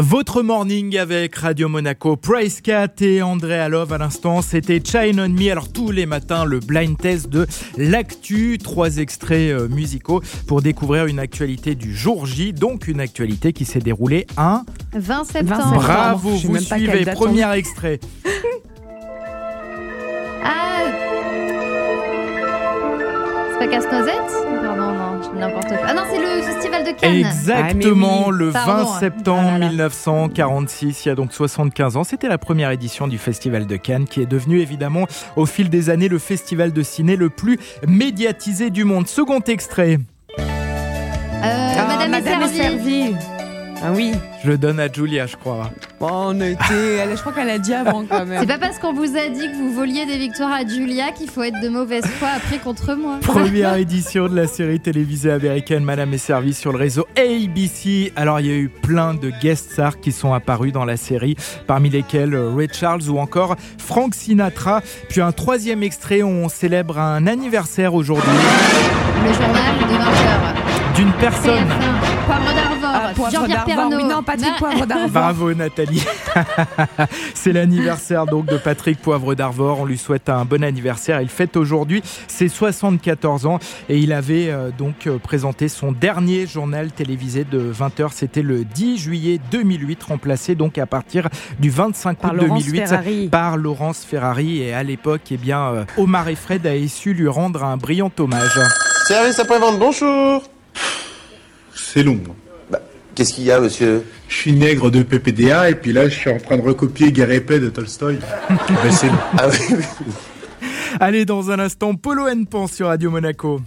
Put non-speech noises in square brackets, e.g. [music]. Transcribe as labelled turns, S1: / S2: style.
S1: Votre morning avec Radio Monaco, Price Cat et André Alov à l'instant, c'était Chine on Me. Alors tous les matins, le blind test de l'actu, trois extraits euh, musicaux pour découvrir une actualité du jour J, donc une actualité qui s'est déroulée un
S2: 20 septembre.
S3: septembre.
S1: bravo,
S3: je sais
S1: vous
S3: même pas quelle
S1: suivez,
S3: date on
S1: premier extrait.
S2: Ah C'est pas Casse-Noisette Pardon, non, je dis n'importe quoi. Ah non, c'est le festival de Cannes.
S1: Exactement,
S3: Ah, mais oui,
S1: le 20
S2: pardon.
S1: septembre
S2: Ah là là.
S1: 1946, il y a donc 75 ans, c'était la première édition du Festival de Cannes qui est devenu évidemment au fil des années le festival de ciné le plus médiatisé du monde. Second extrait,
S2: Euh,
S3: Ah,
S2: Madame, est servie.
S3: servie. Ah oui.
S1: je le donne à Julia je crois.
S3: Bon, Oh, on était. elle- je crois qu'elle a dit avant quand même.
S2: C'est pas parce qu'on vous a dit que vous voliez des victoires à Julia qu'il faut être de mauvaise foi après contre moi.
S1: Première édition de la série télévisée américaine Madame est servie sur le réseau ABC. Alors il y a eu plein de guest stars qui sont apparus dans la série, parmi lesquels euh, Ray Charles ou encore Frank Sinatra. Puis un troisième extrait où on célèbre un anniversaire aujourd'hui
S2: Le journal de 20h.
S1: d'une personne.
S2: TF1. Poivre
S3: Ah,
S2: d'Arvor.
S3: Poivre
S2: Jean-Pierre
S3: d'Arvor.
S2: Pernaut.
S3: Oui, non, Patrick Poivre
S1: [laughs]
S3: d'Arvor.
S1: Bravo Nathalie. C'est l'anniversaire donc de Patrick Poivre d'Arvor. On lui souhaite un bon anniversaire. Il fête aujourd'hui ses 74 ans et il avait euh, donc euh, présenté son dernier journal télévisé de 20h. C'était le 10 juillet 2008, remplacé donc à partir du 25 août
S3: Par Laurence
S1: 2008
S3: Ferrari.
S1: par Laurence Ferrari. Et à l'époque, eh bien, euh, Omar et Fred a su lui rendre un brillant hommage.
S4: Service après-vente, bonjour
S5: C'est long.
S4: Bah, qu'est-ce qu'il y a, monsieur
S5: Je suis nègre de PPDA et puis là je suis en train de recopier Garépé de Tolstoy. Ben, c'est long.
S4: Ah oui, oui.
S1: Allez, dans un instant, Polo N. Pan sur Radio Monaco.